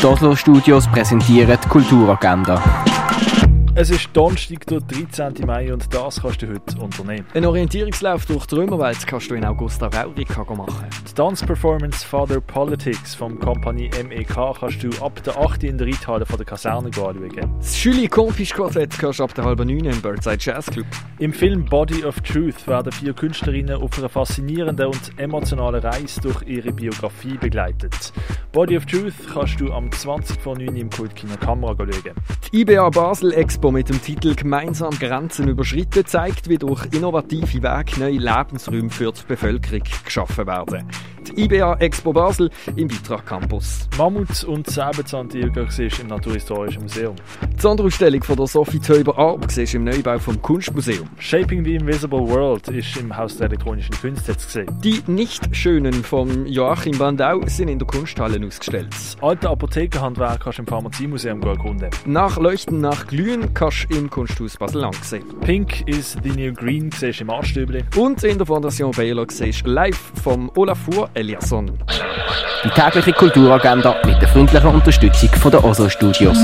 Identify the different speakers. Speaker 1: Die Oslo Studios präsentieren die Kulturagenda.
Speaker 2: Es ist Donnerstag, der 13. Mai und das kannst du heute unternehmen.
Speaker 3: Einen Orientierungslauf durch die Römerwelt kannst du in Augusta Raurica machen.
Speaker 2: Die Tanzperformance Father Politics vom Kompanie MEK kannst du ab der 8. Uhr in der Reithalle von der Kaserne anschauen.
Speaker 3: Das Schüli Kompis Quartett kannst du ab der halben 9 im Birdside Jazz Club.
Speaker 2: Im Film Body of Truth werden vier Künstlerinnen auf einer faszinierenden und emotionalen Reise durch ihre Biografie begleitet. Body of Truth kannst du am 20 vor 9 Uhr im Kultkino Kamera schauen.
Speaker 3: Die IBA Basel Expo mit dem Titel Gemeinsam Grenzen überschritten zeigt, wie durch innovative Wege neue Lebensräume für die Bevölkerung geschaffen werden. Die IBA Expo Basel im Vitra Campus.
Speaker 2: Mammut und Säbelzahntiger siehst du im Naturhistorischen Museum.
Speaker 3: Die Sonderausstellung von der Sophie Teuber Arp siehst du im Neubau vom Kunstmuseum.
Speaker 2: Shaping the Invisible World ist im Haus der elektronischen Künste jetzt gesehen.
Speaker 3: Die Nichtschönen von Joachim Bandau sind in der Kunsthalle ausgestellt.
Speaker 2: Das alte Apothekerhandwerk kannst du im Pharmaziemuseum erkunden.
Speaker 3: Nach Leuchten nach Glühen kannst du im Kunsthaus Basel sehen.
Speaker 2: Pink is the New Green siehst du im Arschstübli.
Speaker 3: Und in der Fondation Baylor siehst du live vom Olafur Eliasson.
Speaker 1: Die tägliche Kulturagenda mit der freundlichen Unterstützung von der Oslo Studios.